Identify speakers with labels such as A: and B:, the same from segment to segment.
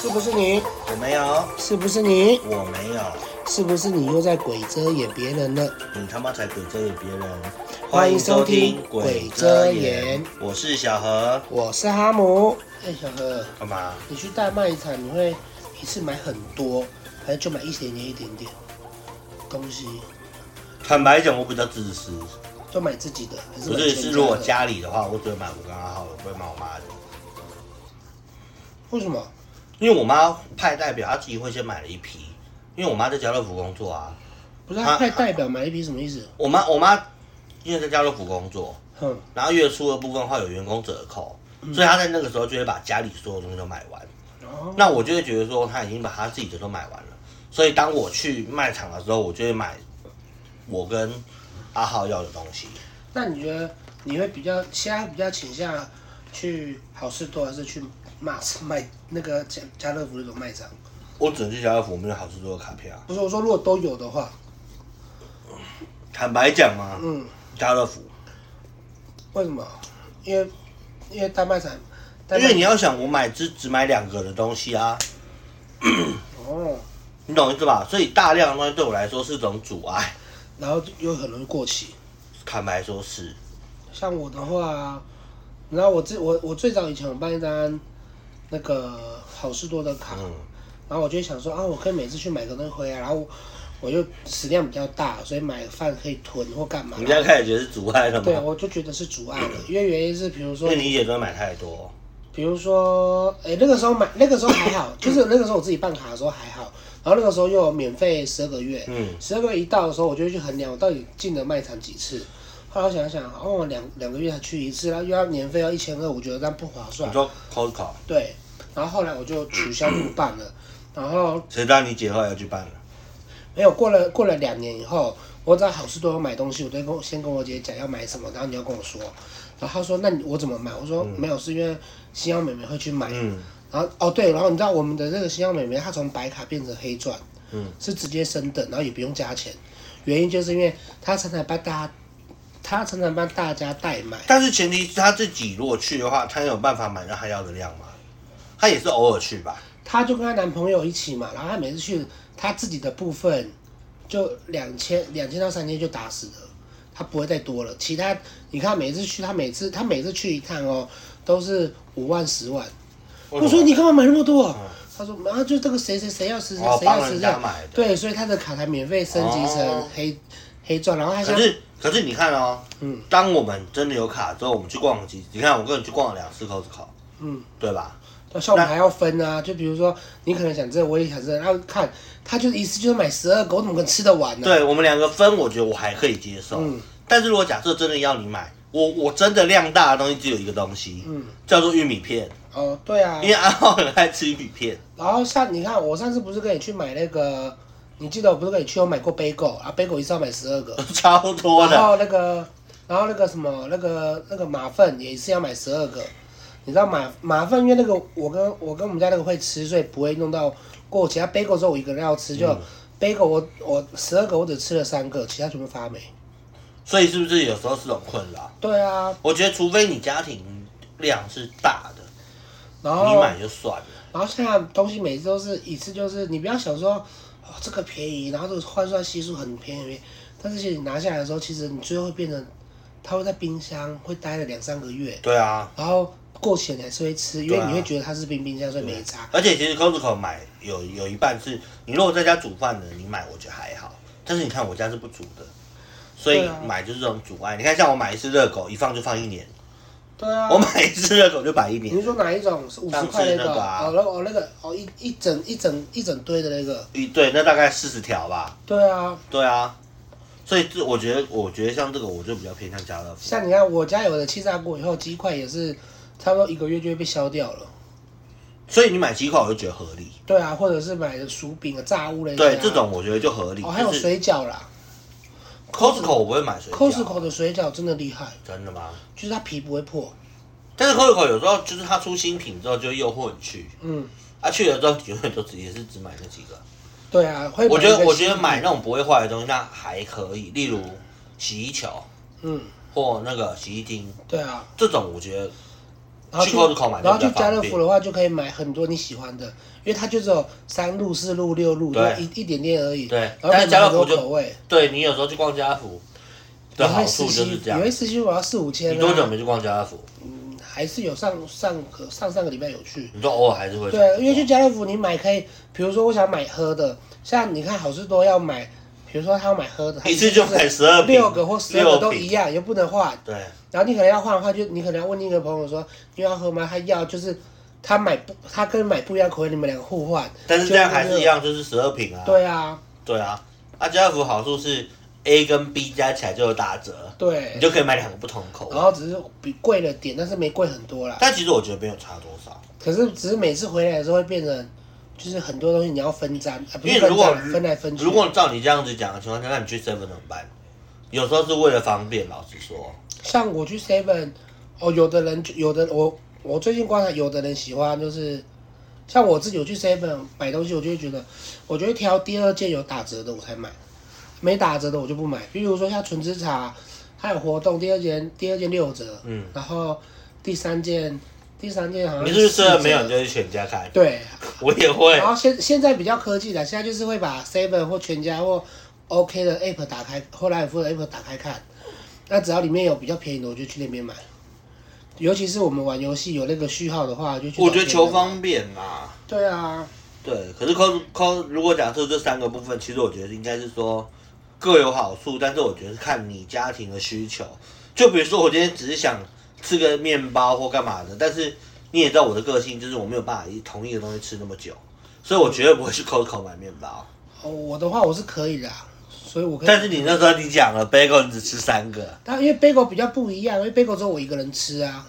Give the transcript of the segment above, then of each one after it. A: 是不是你？
B: 我没有，
A: 是不是你？
B: 我没有，
A: 是不是你又在鬼遮掩别人了？
B: 你他妈才鬼遮眼别人！
A: 欢迎收听
B: 欢迎
A: 鬼遮眼，
B: 我是小何。
A: 我是哈姆。哎、小何，
B: 干嘛？
A: 你去大卖场，你会一次买很多，还是就买一点点一点点东西？
B: 坦白讲，我比较自私，
A: 就买自己的，还是
B: 不
A: 买
B: 是
A: 全
B: 是如果
A: 的
B: 家里的话，我只会买我跟阿浩的，我不会买我妈的，
A: 为什么？
B: 因为我妈派代表，她自己会先买了一批，因为我妈在家乐福工作啊。
A: 不是
B: 啊
A: 他派代表买一批什么意思？
B: 我妈我妈因为在家乐福工作，
A: 哼，
B: 然后月初的部分的话有员工折扣，所以她在那个时候就会把家里所有东西都买完。
A: 哦，
B: 那我就会觉得说他已经把他自己的都买完了，所以当我去卖场的时候，我就会买我跟阿浩要的东西。
A: 那你觉得你会比较现在比较倾向去好事多，还是去马卖那个家家乐福那种卖场？
B: 我只能去家乐福，我没有好事多的卡片啊。
A: 不是我说，如果都有的话，
B: 坦白讲嘛，
A: 嗯，
B: 家乐福，
A: 为什么？因为因为大卖场，大
B: 因
A: 卖
B: 为你要想，我买只只买两个的东西啊，
A: 哦，
B: 你懂意思吧？所以大量的东西对我来说是种阻碍。
A: 然后又很容易过期。
B: 坦白说是，
A: 像我的话，然后我最我我最早以前我办一张那个好事多的卡，
B: 嗯，
A: 然后我就想说啊，我可以每次去买个东西回来，然后我我又食量比较大，所以买饭可以囤或干嘛
B: 你。现在开始觉得是阻碍了
A: 对，
B: 吗？
A: 我就觉得是阻碍的，因为原因是比如
B: 因
A: 说
B: 为，你姐都会买太多，
A: 比如说，哎、那个时候买，那个时候还好，就是那个时候我自己办卡的时候还好，然后那个时候又有免费十二个月，
B: 嗯，
A: 十二个月一到的时候，我就会去衡量我到底进了卖场几次。后来我想一想，哦，两两个月才去一次，然后又要年费要一千二，我觉得这样不划算
B: 你。说 Costco，
A: 对，然后后来我就取消不办了，然后
B: 谁知道你姐后来要去办了？
A: 没有过了过了两年以后，我在好事多有买东西，我都会跟我先跟我姐讲要买什么，然后你要跟我说，然后她说那你我怎么买？我说、没有，是因为新瑶妹妹会去买。
B: 嗯，
A: 然后哦对，然后你知道我们的那个新瑶妹妹，她从白卡变成黑钻，
B: 嗯，
A: 是直接升等，然后也不用加钱，原因就是因为她常常帮大家，她常常帮大家代买，
B: 但是前提是他自己如果去的话，他有办法买到他要的量吗？他也是偶尔去吧。
A: 她就跟她男朋友一起嘛，然后她每次去她自己的部分就两千两千到三千就打死了，她不会再多了。其他你看她每次去，她每次她每次去一趟哦，都是五万十万。我说你干嘛买那么多？她说啊，就这个谁谁谁要吃谁
B: 嗯哦
A: 谁
B: 帮
A: 要吃
B: 人
A: 这
B: 家
A: 样
B: 买的。
A: 对，所以她的卡才免费升级成
B: 哦
A: 黑、黑钻，然后她现
B: 可
A: 在
B: 是可是你看哦，
A: 嗯
B: 当我们真的有卡之后，我们去逛街，你看我跟你去逛了两次 Costco，
A: 嗯，
B: 对吧？
A: 像我们还要分啊，就比如说你可能想这个，我也想这个，然后看她就一次就是买十二个，我怎么可能吃得完呢、
B: 对我们两个分，我觉得我还可以接受。
A: 嗯
B: 但是如果假设真的要你买，我我真的量大的东西只有一个东西，
A: 嗯，
B: 叫做玉米片，
A: 哦，对啊，
B: 因为阿浩很爱吃玉米片。
A: 然后像你看，我上次不是跟你去买那个，你记得我不是跟你去有买过杯狗啊？杯狗一次要买十二个，
B: 超多
A: 然
B: 的，
A: 后那个，然后那个什么，那个那个马粪也是要买十二个。你知道马马粪，因为那个我跟我跟我们家那个会吃，所以不会弄到过期。他啊杯狗之后我一个人要吃，
B: 嗯
A: 就杯狗我我十二个我只吃了三个，其他全部发霉。
B: 所以是不是有时候是种困扰？
A: 对啊，
B: 我觉得除非你家庭量是大的，
A: 然后
B: 你买就算了。
A: 然后现在东西每次都是一次，就是你不要想说哦这个便宜，然后这个换算系数很便宜很便宜，但是其实你拿下来的时候，其实你最后会变成，它会在冰箱会待了两三个月，
B: 对啊，
A: 然后过期了你还是会吃，因
B: 对
A: 为
B: 啊
A: 你会觉得它是冰冰箱，所以没差。
B: 而且其实 Costco 买有有一半是你如果在家煮饭的，你买我觉得还好，但是你看我家是不煮的，所以
A: 对啊
B: 买就是这种阻碍。你看像我买一次热狗，一放就放一年，
A: 对啊
B: 我，买一次热狗就摆一
A: 你
B: 年
A: 是，说哪一种？是五十
B: 上次
A: 块那
B: 那
A: 个
B: 个啊
A: 哦，那个哦那个哦一一整一整一整堆的那个。
B: 一对那大概四十条吧。
A: 对啊，
B: 对啊，所以这我觉得我觉得像这个我就比较偏向家乐福。
A: 像你看我家有的气炸锅以后鸡块也是差不多一个月就会被削掉了。
B: 所以你买鸡块我就觉得合理，
A: 对啊，或者是买的薯饼啊、炸物类的、啊。
B: 对这种我觉得就合理。
A: 哦，还有
B: 就是
A: 水饺啦
B: Costco 我不会买水饺
A: ，Costco 的水饺真的厉害，
B: 真的吗？
A: 就是它皮不会破。
B: 但是 Costco 有时候就是它出新品之后就会诱惑你去，
A: 嗯，
B: 啊去了之后永远都只也是只买那几个。
A: 对啊，会买
B: 我觉
A: 一个
B: 得我
A: 新
B: 觉得
A: 品
B: 买那种不会坏的东西那还可以，例如洗衣球
A: 嗯，
B: 或那个洗衣精
A: 对啊，
B: 这种，我觉得
A: 然然后
B: 去 Costco 买就
A: 然后
B: 比较
A: 去家
B: 方
A: 乐
B: 便
A: 福。的话，就可以买很多你喜欢的，因为它就只有三路、四路、六路，就
B: 对
A: 一一点点而已。
B: 对
A: 然后可以
B: 但是家乐福
A: 买很多
B: 就
A: 口味，
B: 对你有时候去逛家乐福的
A: 有
B: 好
A: 会
B: 处
A: 四
B: 就是
A: 七，
B: 这样
A: 有。会四七我要四五千、啊。
B: 你多久没去逛家乐福？
A: 嗯还是有上上个上上个礼拜有去。
B: 你说偶尔还是会去
A: 对，因为去家乐福你买可以，比如说我想买喝的，像你看好事多要买，比如说他要买喝的，他
B: 一次就买十二瓶，
A: 六个或十二个都
B: 六瓶
A: 一样，又不能换。
B: 对
A: 然后你可能要换的话，就你可能要问另一个朋友说你要喝吗？他要，就是他买不，他跟买不一样口味，你们两个互换。
B: 但是这样还是一
A: 就那个。
B: 样，就是十二瓶啊。
A: 对啊，
B: 对啊，啊家乐福好处是 A 跟 B 加起来就有打折，你
A: 对。哦
B: 就可以买两个不同的口
A: 然
B: 味。
A: 后只是比贵了点，但是没贵很多啦。
B: 但其实我觉得没有差多少，
A: 可是只是每次回来的时候会变成，就是很多东西你要分赃，啊、不
B: 因
A: 是
B: 为
A: 分
B: 如果
A: 赃，分来分去。
B: 如果照你这样子讲的情况下，那你去 seven 怎么办？有时候是为了方便，老实说，
A: 像我去 Seven，哦，有的人就有的我我最近观察，有的人喜欢就是，像我自己我去 Seven 买东西，我就会觉得，我就会挑第二件有打折的我才买，没打折的我就不买。比如说像纯喫茶，它有活动，第二件第二件六折，
B: 嗯，
A: 然后第三件第三件好像
B: 你是不是
A: 四
B: 吃了没有，
A: 折
B: 你就去全家看？
A: 对，
B: 我也会
A: 然，后现现在比较科技的，现在就是会把 Seven 或全家或 OK 的 App 打开，或莱尔富的 App 打开看。那只要里面有比较便宜的，我就去那边买。尤其是我们玩游戏有那个序号的话，就去。
B: 我觉得求。方便啦、
A: 对啊，
B: 对，可是 cos cos 如果假设这三个部分，其实我觉得应该是说各有好处，但是我觉得是看你家庭的需求。就比如说我今天只是想吃个面包或干嘛的，但是你也知道我的个性，就是我没有办法一同一个东西吃那么久，所以我绝对不会去 Costco 买面包。
A: 哦我的话我是可以的啊，所以我可以。
B: 但是你那时候你讲了 bagel 你只吃三个
A: 但因为 Bagel 比较不一样，因为 Bagel 只有我一个人吃啊。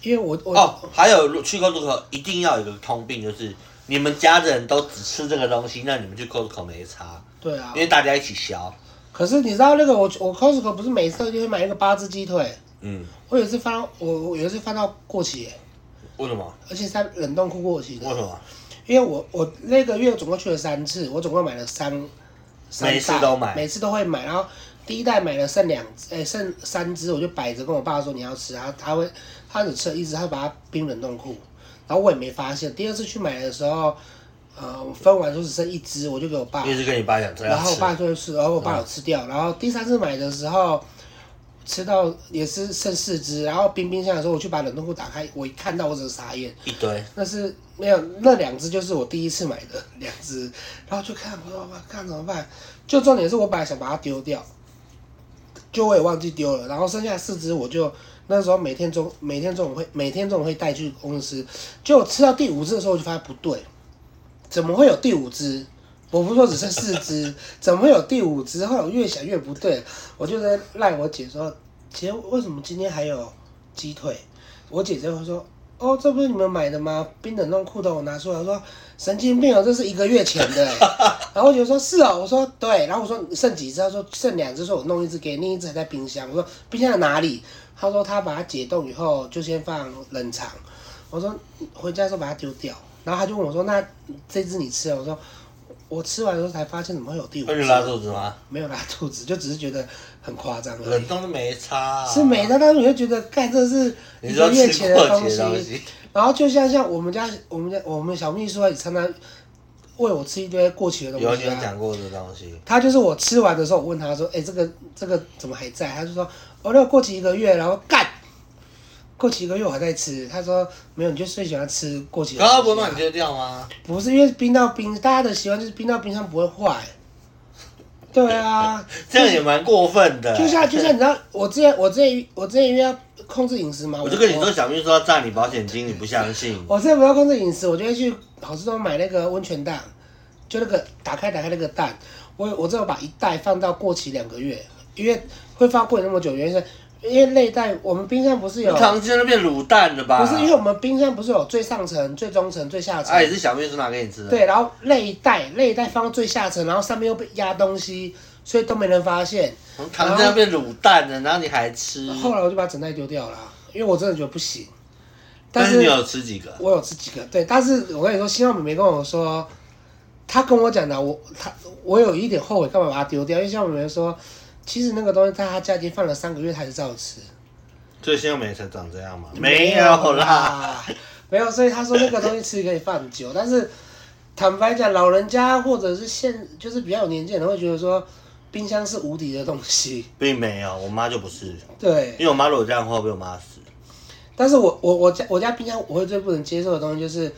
A: 因为我我、
B: 哦，还有如去 Costco 一定要有一个通病，就是你们家人都只吃这个东西，那你们去 Costco 没差，
A: 对啊
B: 因，为大家一起消。
A: 可是你知道那个我我 Costco 不是每次就会买一个八只鸡腿，
B: 嗯，
A: 我有一次翻到我我有一次翻到过期耶，
B: 为什么？
A: 而且是在冷冻库过期的
B: 为。什么？
A: 因为我我那个月总共去了三次，我总共买了三，三
B: 每次
A: 袋
B: 都买
A: 每次都会买。然后第一袋买了剩两，哎、剩三只，我就摆着跟我爸说你要吃，然后他会他只吃了一只，他把它冰冷冻库，然后我也没发现。第二次去买的时候，呃，分完说只剩一只，我就给我爸
B: 你，也是跟你爸讲这
A: 然
B: 样
A: 后我
B: 吃，嗯
A: 爸就会吃，然后我爸有吃掉。然后第三次买的时候。吃到也是剩四只，然后冰冰箱的时候，我去把冷冻库打开，我一看到我整个傻眼，
B: 一堆，
A: 那是没有那两只就是我第一次买的两只，然后就看我说哇看怎么办？就重点是我本来想把它丢掉，就我也忘记丢了，然后剩下四只我就那时候每天中每天中午会每天中午会带去公司，就吃到第五只的时候我就发现不对，怎么会有第五只？我不是说只剩四只，怎么会有第五只？后来我越想越不对，我就在赖我姐说，姐为什么今天还有鸡腿？我姐姐会说，哦，这不是你们买的吗？冰冷冻库的我拿出来，我说神经病哦，这是一个月前的 欸。然后我姐说，是哦，我说对，然后我说你剩几只？她说剩两只，说我弄一只给你，另一只还在冰箱。我说冰箱在哪里？她说她把它解冻以后就先放冷藏。我说回家的时候把它丢掉，然后她就问我说，那这只你吃啊？我说我吃完的时候才发现怎么会有第五
B: 会
A: 只
B: 你，拉肚子吗？
A: 没有拉肚子，就只是觉得很夸张而已
B: 冷。冻都没差、啊，
A: 是没的，但是你会觉得，干这是
B: 你
A: 一
B: 说
A: 个
B: 吃
A: 月
B: 过
A: 前
B: 节
A: 的
B: 的
A: 东
B: 东
A: 西，
B: 西，
A: 然后就像像我们家我们家我们小秘书也常常喂我吃一堆过期的东
B: 有你
A: 西、
B: 有
A: 啊。
B: 讲过这东西，
A: 他就是我吃完的时候，我问他说：“哎、这个这个怎么还在？”他就说：“哦，那个过期一个月，然后干，过期一个月我还在吃。”他说：“没有，你就最喜欢吃过期的
B: 然
A: 东西啊、
B: 后不会把你丢掉吗？
A: 不是因为冰到冰，大家的习惯就是冰到冰箱不会坏。对啊，
B: 这样也蛮过分的。
A: 就像就像你知道，我之前我之前我之前因为要控制饮食嘛，
B: 我就跟你
A: 我
B: 说，小明说要炸你保险金，你不相信，
A: 我真的不要控制饮食，我就会去好市多买那个温泉蛋，就那个打开打开那个蛋，我我只有把一袋放到过期两个月，因为会放过期那么久，原因是因为内袋我们冰箱不是有，
B: 长期都变卤蛋了吧？
A: 不是因为我们冰箱不是有最上层、最中层、最下层，
B: 啊，也是小秘书拿给你吃的。，
A: 对，然后内袋内袋放到最下层，然后上面又被压东西，所以都没人发现。
B: 糖浆变卤蛋了，然后你还吃，
A: 后来我就把整袋丢掉了，因为我真的觉得不行。
B: 但
A: 是
B: 你有吃几个？
A: 我有吃几个，对，但是我跟你说，新澳美没跟我说，他跟我讲的，我他我有一点后悔，干嘛把它丢掉？因为新澳美没说，其实那个东西在他家已经放了三个月，他还是照吃。
B: 所以现在美才长这样吗？
A: 有
B: 啦，
A: 啦，没有。所以他说那个东西吃可以放久，但是坦白讲，老人家或者是现就是比较有年纪的人会觉得说，冰箱是无敌的东西。
B: 并没有。我妈就不是，因
A: 对，
B: 为我妈如果这样的话，被我妈死。
A: 但是我我我家我家冰箱我会最不能接受的东西就是，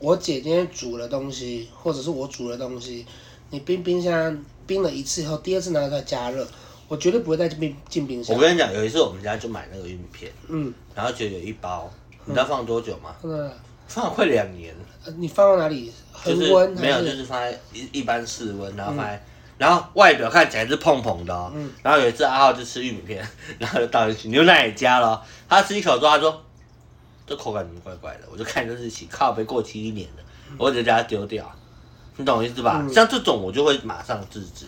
A: 我姐今天煮了东西，或者是我煮了东西，你冰冰箱冰了一次以后，第二次拿出来加热，我绝对不会再进冰进冰箱
B: 我。跟你讲，有一次我们家就买那个玉米片，
A: 嗯，
B: 然后就有一包，你知道放多久吗？
A: 那
B: 放了快两年，
A: 呃你放到哪里？
B: 就
A: 恒
B: 是
A: 温
B: 没有，
A: 还？
B: 就是是放在一一般室温，然后放在，然后外表看起来是碰碰的哦。
A: 嗯
B: 然后有一次阿浩就吃玉米片， 然后就倒进去，牛奶也加了哦、他吃一口之后，他说这口感怎么怪怪的？我就看这日期，靠，被过期一年了，我就叫他丢掉。你懂我意思吧？
A: 嗯
B: 像这种我就会马上制止，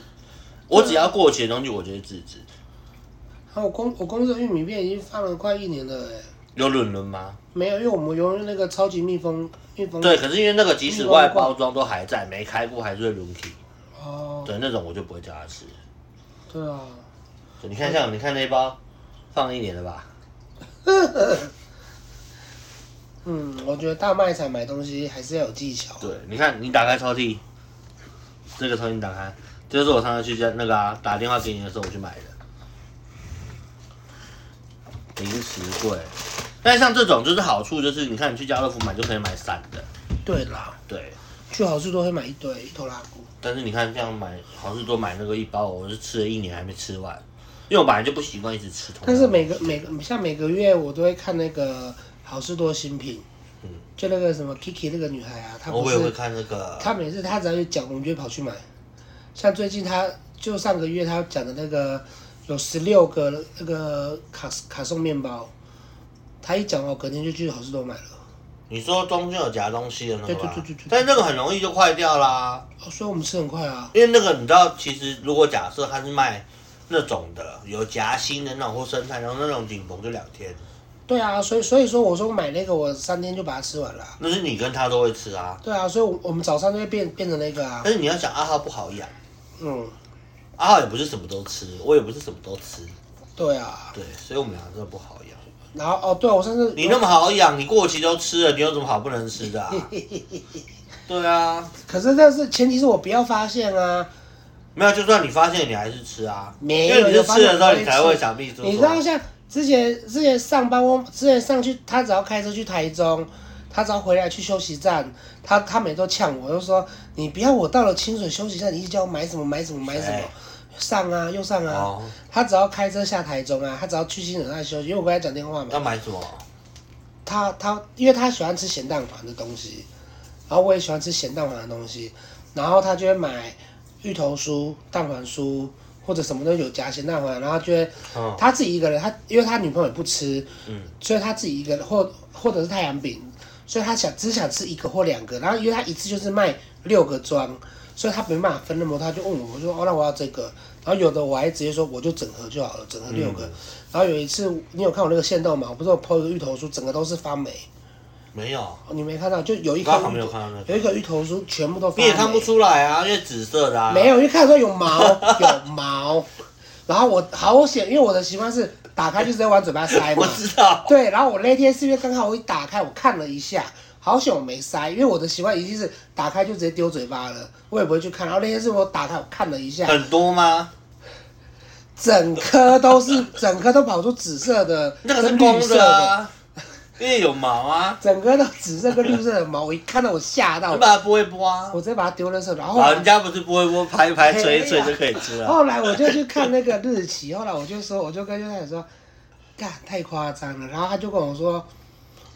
B: 我只要过期的东西，我就会制止。
A: 然啊后我公我公司的玉米片已经放了快一年了、欸，
B: 有轮轮吗？
A: 没有，因为我们用那个超级密封密封。
B: 对，可是因为那个即使外包装都还在，没开过还是会轮起。
A: 哦，
B: 对，那种我就不会叫他吃。
A: 对啊，
B: 对你看像你看那一包，放一年了吧？
A: 嗯，我觉得大卖场买东西还是要有技巧。
B: 哦对，你看你打开抽屉，这个抽屉你打开，这就是我上次去家那个啊，打电话给你的时候我去买的零食柜。但像这种就是好处就是，你看你去家乐福买就可以买散的，
A: 对啦，
B: 对。
A: 去好处都会买一堆一头拉骨。
B: 但是你看这样买，好事多买那个一包，我是吃了一年还没吃完，因为我本来就不习惯一直吃同
A: 但
B: 样的东西。
A: 是每个每个像每个月我都会看那个好事多新品，
B: 嗯
A: 就那个什么 Kiki 那个女孩啊，她不
B: 哦我也会
A: 是
B: 看那个，
A: 她每次她只要有讲，我们就会跑去买。像最近她就上个月她讲的那个有十六个那个卡卡送面包，她一讲完，我隔天就去好事多买了。
B: 你说中间有夹东西的那个吧
A: 对对对对对
B: 但那个很容易就坏掉啦，
A: 哦，所以我们吃很快啊。
B: 因为那个你知道，其实如果假设它是卖那种的，有夹心的那种或生菜，然后那种紧绷就两天，
A: 对啊，所以所以说我说我买那个，我三天就把它吃完了啊。
B: 那是你跟他都会吃啊。
A: 对啊，所以我我们早上就会变变成那个啊。
B: 但是你要想阿浩不好养，
A: 嗯，
B: 阿浩也不是什么都吃，我也不是什么都吃，
A: 对啊。
B: 对，所以我们俩真的不好养。
A: 然后哦，对我上次
B: 你那么好养，你过期都吃了，你有什么好不能吃的、 啊？对啊，
A: 可是但是前提是我不要发现啊。
B: 没有，就算你发现你还是吃啊，
A: 没有
B: 因为你是吃了之后你才
A: 有发
B: 会
A: 现
B: 想必说，
A: 你知道像之前之前上班，我之前上去，他只要开车去台中，他只要回来去休息站，他他每周呛我，就说你不要我到了清水休息站，你一直叫我买什么买什么买什么
B: 哎，
A: 上啊又上啊。
B: 哦，
A: 他只要开车下台中啊，他只要去新人那休息，因为我跟他讲电话嘛
B: 要。买什么？
A: 他他因为他喜欢吃咸蛋黄的东西，然后我也喜欢吃咸蛋黄的东西，然后他就会买芋头酥、蛋黄酥或者什么都有夹咸蛋黄，然后他就会
B: 嗯，
A: 他自己一个人，他因为他女朋友也不吃，
B: 嗯
A: 所以他自己一个人或或者是太阳饼，所以他想只想吃一个或两个，然后因为他一次就是卖六个装，所以他没办法分那么多，他就问我，我说哦，那我要这个，然后有的我还直接说我就整盒就好了，整盒六个，然后有一次你有看我那个线豆吗？我不是有剖一个芋头酥，整个都是发霉，
B: 没有，
A: 哦你没看到，就有一颗
B: 刚好
A: 芋
B: 没有看到那
A: 有
B: 个，
A: 一颗芋头酥全部都发
B: 你
A: 霉，
B: 也看不出来啊，因为紫色的啊，
A: 没有，因为看的时候有毛， 有毛。然后我好险，因为我的习惯是打开就直接往嘴巴塞嘛
B: 我。知道，
A: 对，然后我那天是因为刚好我一打开，我看了一下，好险我没塞，因为我的习惯一定是打开就直接丢嘴巴了，我也不会去看。然后那天是我打开，我看了一下，
B: 很多吗？
A: 整颗都是，整颗都跑出紫色的，
B: 那个是
A: 跟绿
B: 公
A: 色
B: 的啊，因为有毛啊，
A: 整个都紫色跟绿色的毛，我一看到我吓到
B: 你，把它剥一剥啊
A: 我，直接把它丢了手，然后
B: 老人家不是剥一剥，拍一拍，吹一吹就可以吃啊了。
A: 后来我就去看那个日期， 后来我就说，我就跟优太说，干太夸张了。然后他就跟我说，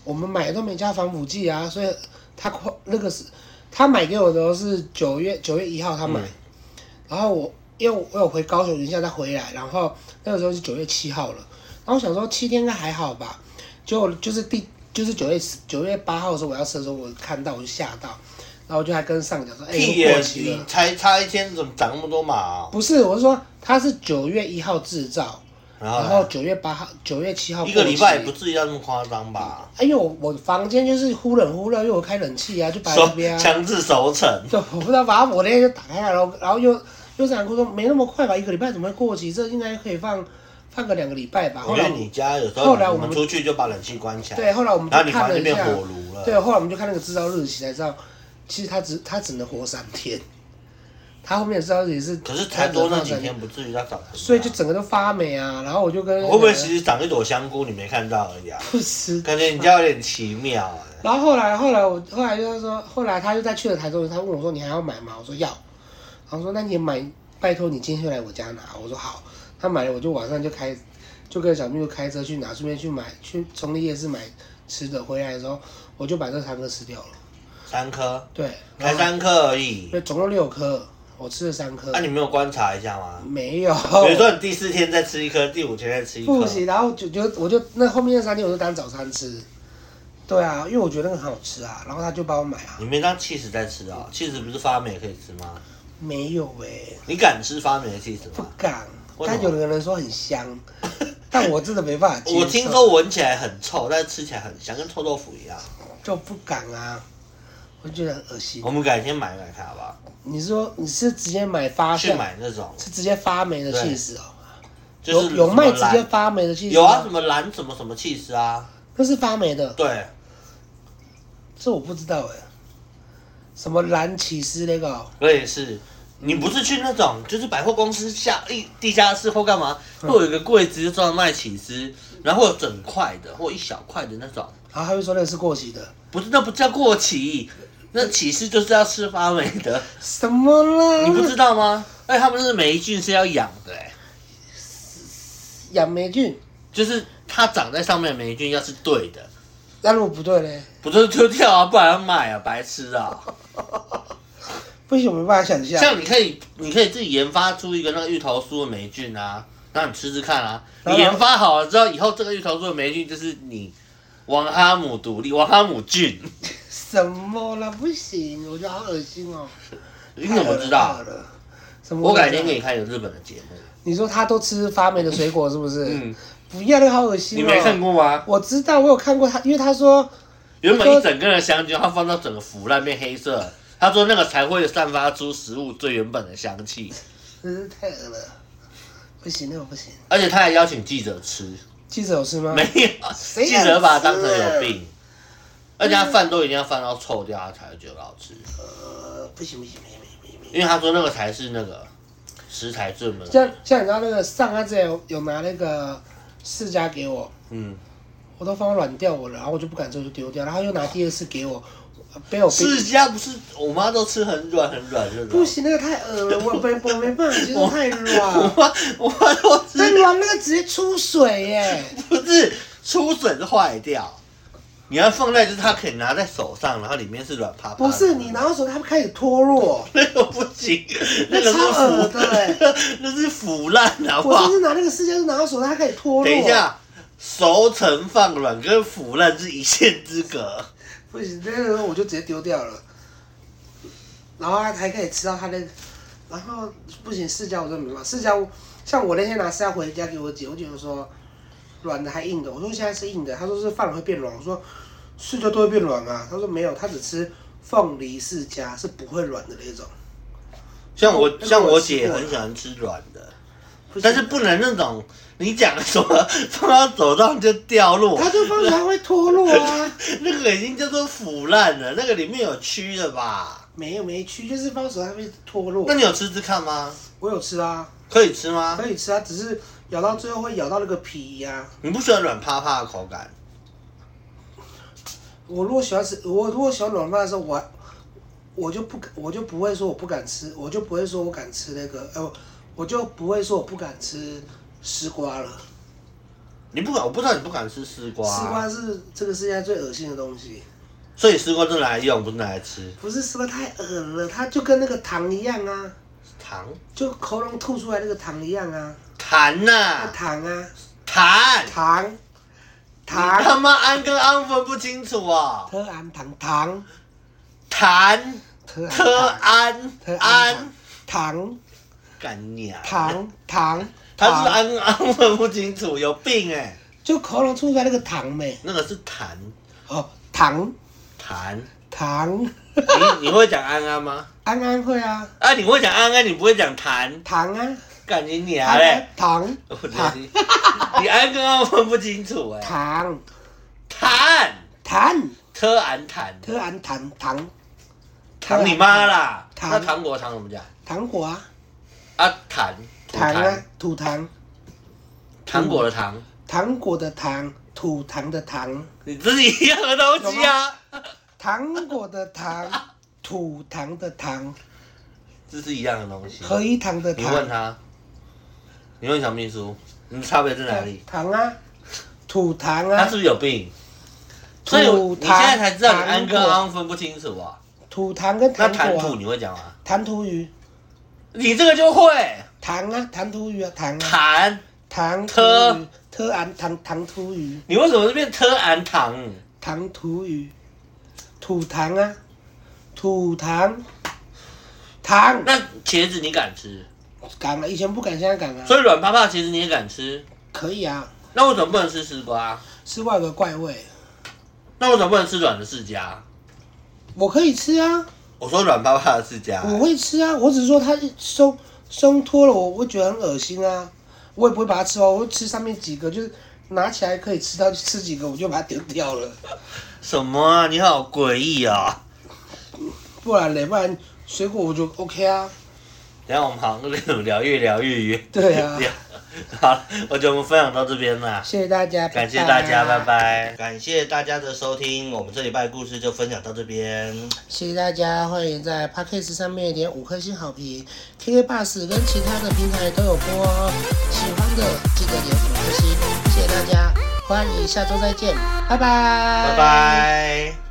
A: 我们买都没加防腐剂啊，所以他夸那个是他买给我的是九月九月一号他买，
B: 嗯
A: 然后我因为我有回高雄一下再回来，然后那个时候是九月七号了，然后我想说七天应该还好吧，结果就是第就是九月九月八号的时候我要吃的时候，我看到我就吓到。然后我就还跟上讲说，哎、欸，
B: 屁耶
A: 过！期了
B: 你。才差一天，怎么长那么多毛？
A: 不是，我是说它是九月一号制造，
B: 然后
A: 然后九月八号、九月七号
B: 啊一个礼拜也
A: 过
B: 不
A: 期。
B: 至于要那么夸张吧？
A: 哎呦，我房间就是忽冷忽热，因为我开冷气啊，就摆在
B: 说
A: 那边 啊。
B: 强制熟成，
A: 对，我不知道，反正我那天就打开了，然后然后又又是想说没那么快吧，一个礼拜怎么会过期？这应该可以放放个两个礼拜吧。
B: 我
A: 后
B: 觉
A: 来
B: 得你家有时候
A: 后来
B: 我
A: 我们
B: 们出去就把冷气关起来，
A: 对，后来我们
B: 然后你
A: 就
B: 房
A: 看
B: 间
A: 了一
B: 变
A: 下
B: 火，炉了，
A: 对，后来我们就看那个制造日期才知道，其实他只他只能活三天，他后面制造日期是
B: 可是才多那
A: 他只能
B: 几
A: 活三
B: 天，不至于到早晨吧。
A: 所以就整个都发霉啊。然后我就跟
B: 会不会其实长一朵香菇你没看到而已啊？
A: 不吃？
B: 感觉你家有点奇妙啊。
A: 然后后来后来我后来就是说，后来他就在去了台中，他问我说你还要买吗？我说要，然后说那你也买，拜托你今天就来我家拿。我说好，他买了我就晚上就开，就跟小秘书开车去拿，顺便去买去从那夜市买吃的，回来的时候我就把这三颗吃掉了。
B: 三颗，
A: 对，然
B: 才
A: 后
B: 三颗而已。
A: 对，总共六颗，我吃了三颗。
B: 那、你没有观察一下吗？
A: 没有，
B: 比如说你第四天再吃一颗，第五天再吃一颗，
A: 不行，然后就就我就那后面那三天我就当早餐吃。对啊，因为我觉得那个很好吃啊，然后他就帮我买啊。
B: 你没当 cheese 在吃啊、气 cheese 不是发霉可以吃吗？
A: 没有哎、
B: 你敢吃发霉的 cheese
A: 不
B: 吗？
A: 敢。
B: 为什么
A: 但有的人说很香， 但我真的没办法接受
B: 我听说闻起来很臭，但是吃起来很香，跟臭豆腐一样。
A: 就不敢啊，我觉得很恶心
B: 我。们改天买买看好不好？
A: 你说你是直接买发
B: 去
A: 酵，
B: 买那种，
A: 是直接发霉的
B: 对
A: cheese 哦？
B: 就
A: 有
B: 是
A: 有
B: 什么
A: 卖直接
B: 蓝
A: 发霉的 cheese？
B: 有啊，什
A: 吗，
B: 么蓝什么什么 cheese 啊，
A: 那是发霉的，
B: 对，
A: 这我不知道哎。什么蓝起司那个哦？
B: 我也是。你不是去那种就是百货公司下一地下室或干嘛，会有一个柜子就专门卖起司，然后有整块的或一小块的那种，
A: 然后他会说那个是过期的，
B: 不是那不叫过期，那起司就是要吃发霉的，
A: 什么啦？
B: 你不知道吗？哎，他们是霉菌是要养的、哎，
A: 养霉菌？
B: 就是它长在上面的霉菌要是对的，
A: 那如果不对嘞？
B: 不就是丢掉啊，不然要卖啊，白痴啊！
A: 不行，我没办法想象。
B: 像你可以，你可以自己研发出一个那个芋头酥的霉菌啊，让你吃吃看啊。
A: 然
B: 你
A: 后
B: 研发好了之后，以后这个芋头酥的霉菌就是你王哈姆独立王哈姆 菌，
A: 什么啦？不行，我觉得好恶心哦。
B: 你怎么知道
A: 太？恶了？什么？
B: 我改天给你看一个日本的节目，
A: 你说他都吃发霉的水果是不是？
B: 嗯，
A: 不要，那个好恶心、
B: 你
A: 哦。
B: 没看？过吗？
A: 我知道，我有看过他，因为他说
B: 原本一整根的香蕉，它放到整个腐烂变黑色，他说那个才会散发出食物最原本的香气，
A: 真是呃太恶了，不行，那个不行。
B: 而且他还邀请记者吃，
A: 记者有吃吗？
B: 没有，
A: 嗯谁
B: 记
A: 敢
B: 者把它当
A: 吃
B: 成有病，而且他饭都一定要饭到臭掉，他才会觉得好吃。
A: 呃，不行不行不行不行不行不行。
B: 因为他说那个才是那个食材最美。
A: 像像你知道那个上他之前有有拿那个释迦给我，
B: 嗯，
A: 我都放软掉我了，然后我就不敢吃，我就丢掉，然后又拿第二次给我，被我
B: 释迦不是我妈都吃很软很软那
A: 不
B: 种，
A: 行，那个太恶了，我没我没办 法接受，太
B: 我
A: 软，
B: 妈我妈都吃
A: 太软那个直接出水耶。
B: 不是出水是坏掉，你要放在就是它可以拿在手上，然后里面是软趴趴的。
A: 不是你拿到手，它开始脱落。
B: 那个不行，那个是
A: 超恶
B: 腐
A: 的欸，
B: 那是腐烂好啊不
A: 我
B: 好
A: 上？次拿那个释迦是拿到手，它开始脱落。
B: 等一，下，熟成放软跟腐烂是一线之隔。
A: 不行，那个我就直接丢掉了。然后它还可以吃到它的，然后不行，释迦我真的没办法。释迦我像我那天拿释迦回家给我姐，我姐就说软的还硬的，我说现在是硬的，她说是放了会变软，我说释迦都会变软啊，她说没有，她只吃凤梨释迦是不会软的那种。
B: 像我
A: 那个
B: 像我
A: 我吃
B: 姐
A: 过
B: 很喜欢吃软的，
A: 不行
B: 但是不能那种你讲什么 放到手上就掉落，
A: 它就放起来会脱落 啊。
B: 那个已经叫做腐烂了，那个里面有蛆的吧？
A: 没有没去，就是放手它会脱落
B: 那。你有吃吃看吗？
A: 我有吃啊，
B: 可以吃吗？
A: 可以吃啊，只是咬到最后会咬到那个皮呀、
B: 你不喜欢软趴趴的口感？
A: 我如果喜欢吃，我如果喜欢软饭的时候，我我就不我就不会说我不敢吃，我就不会说我敢吃那个，呃，我就不会说我不敢吃丝瓜了。
B: 你不敢，我不知道你不敢吃丝瓜、
A: 丝瓜是这个世界上最恶心的东西，
B: 所以丝瓜是拿来用，不是拿来吃。
A: 不是丝瓜太恶了，它就跟那个糖一样啊，
B: 糖
A: 就喉咙吐出来那个糖一样啊，
B: 痰
A: 那
B: 呐、
A: 糖啊，
B: 痰，
A: 糖
B: 你他
A: 糖，
B: 妈安跟安分不清楚啊、
A: 特安糖糖，
B: 痰
A: 特
B: 科
A: 安糖，
B: 安安，
A: 糖
B: 干你啊！
A: 糖糖，
B: 他是
A: 糖
B: 安安分不清楚，有病哎、
A: 就喉咙吐出来那个糖没？
B: 那个是痰
A: 哦，糖
B: 痰，
A: 糖，
B: 你你会讲安安吗？
A: 安安会啊，
B: 啊，你会讲安安，你不会讲痰，
A: 糖啊，
B: 干你娘嘞
A: 安！糖
B: 我觉得你你安跟奥分不清楚哎、
A: 糖
B: 谈
A: 糖
B: 特安谈
A: 特安糖糖
B: 糖你妈啦！
A: 谈
B: 那糖果糖怎么讲？
A: 糖果啊，
B: 啊谈土
A: 糖
B: 糖
A: 啊，土糖，
B: 糖果的糖，
A: 糖果的糖，土糖的糖，
B: 你自己一样的东西啊，
A: 糖果的 糖，土糖的糖，
B: 这是一样的东西。
A: 合一糖的
B: 你
A: 糖，
B: 问他，你问小秘书，你差别在哪里？
A: 糖啊，土糖
B: 他
A: 啊
B: 是不，是有病？所以
A: 土
B: 你现在才
A: 糖，
B: 知道你安
A: 糖
B: 跟
A: 果，
B: 安分不清楚啊。
A: 土糖跟
B: 那
A: 糖
B: 谈
A: 果
B: 吐
A: 啊，
B: 你会讲吗？
A: 弹涂鱼，
B: 你这个就会
A: 糖啊，弹涂鱼啊，糖啊，
B: 谈，
A: 糖涂
B: 特
A: 鱼，特安糖糖涂鱼，
B: 你为什么是变特安糖？
A: 糖涂鱼，土糖啊，土糖，糖，
B: 那茄子你敢吃？
A: 敢了，以前不敢，现在敢了，
B: 所以软趴趴其实你也敢吃，
A: 可以啊，
B: 那为什么不能吃丝瓜？
A: 丝瓜有个怪味。
B: 那为什么不能吃软的释迦？
A: 我可以吃啊，
B: 我说软趴趴的释迦，
A: 我会吃啊，我只是说它松松脱了，我我会觉得很恶心啊，我也不会把它吃完，我会吃上面几个，就是拿起来可以吃到吃几个，我就把它丢掉了，
B: 什么啊？你好诡异啊！
A: 不然嘞，不然水果我就 OK 啊，
B: 等一下我们好像那种聊越聊越远。
A: 对啊
B: 聊好了，我觉得我们分享到这边啦。
A: 谢谢大家，
B: 感谢大家，拜，拜！感谢大家的收听，我们这礼拜的故事就分享到这边。
A: 谢谢大家，欢迎在 p a c k a g e 上面点五颗星好评，KK Bus 跟其他的平台都有播哦，喜欢的记得点五颗星，谢谢大家，欢迎下周再见，拜拜，
B: 拜。拜。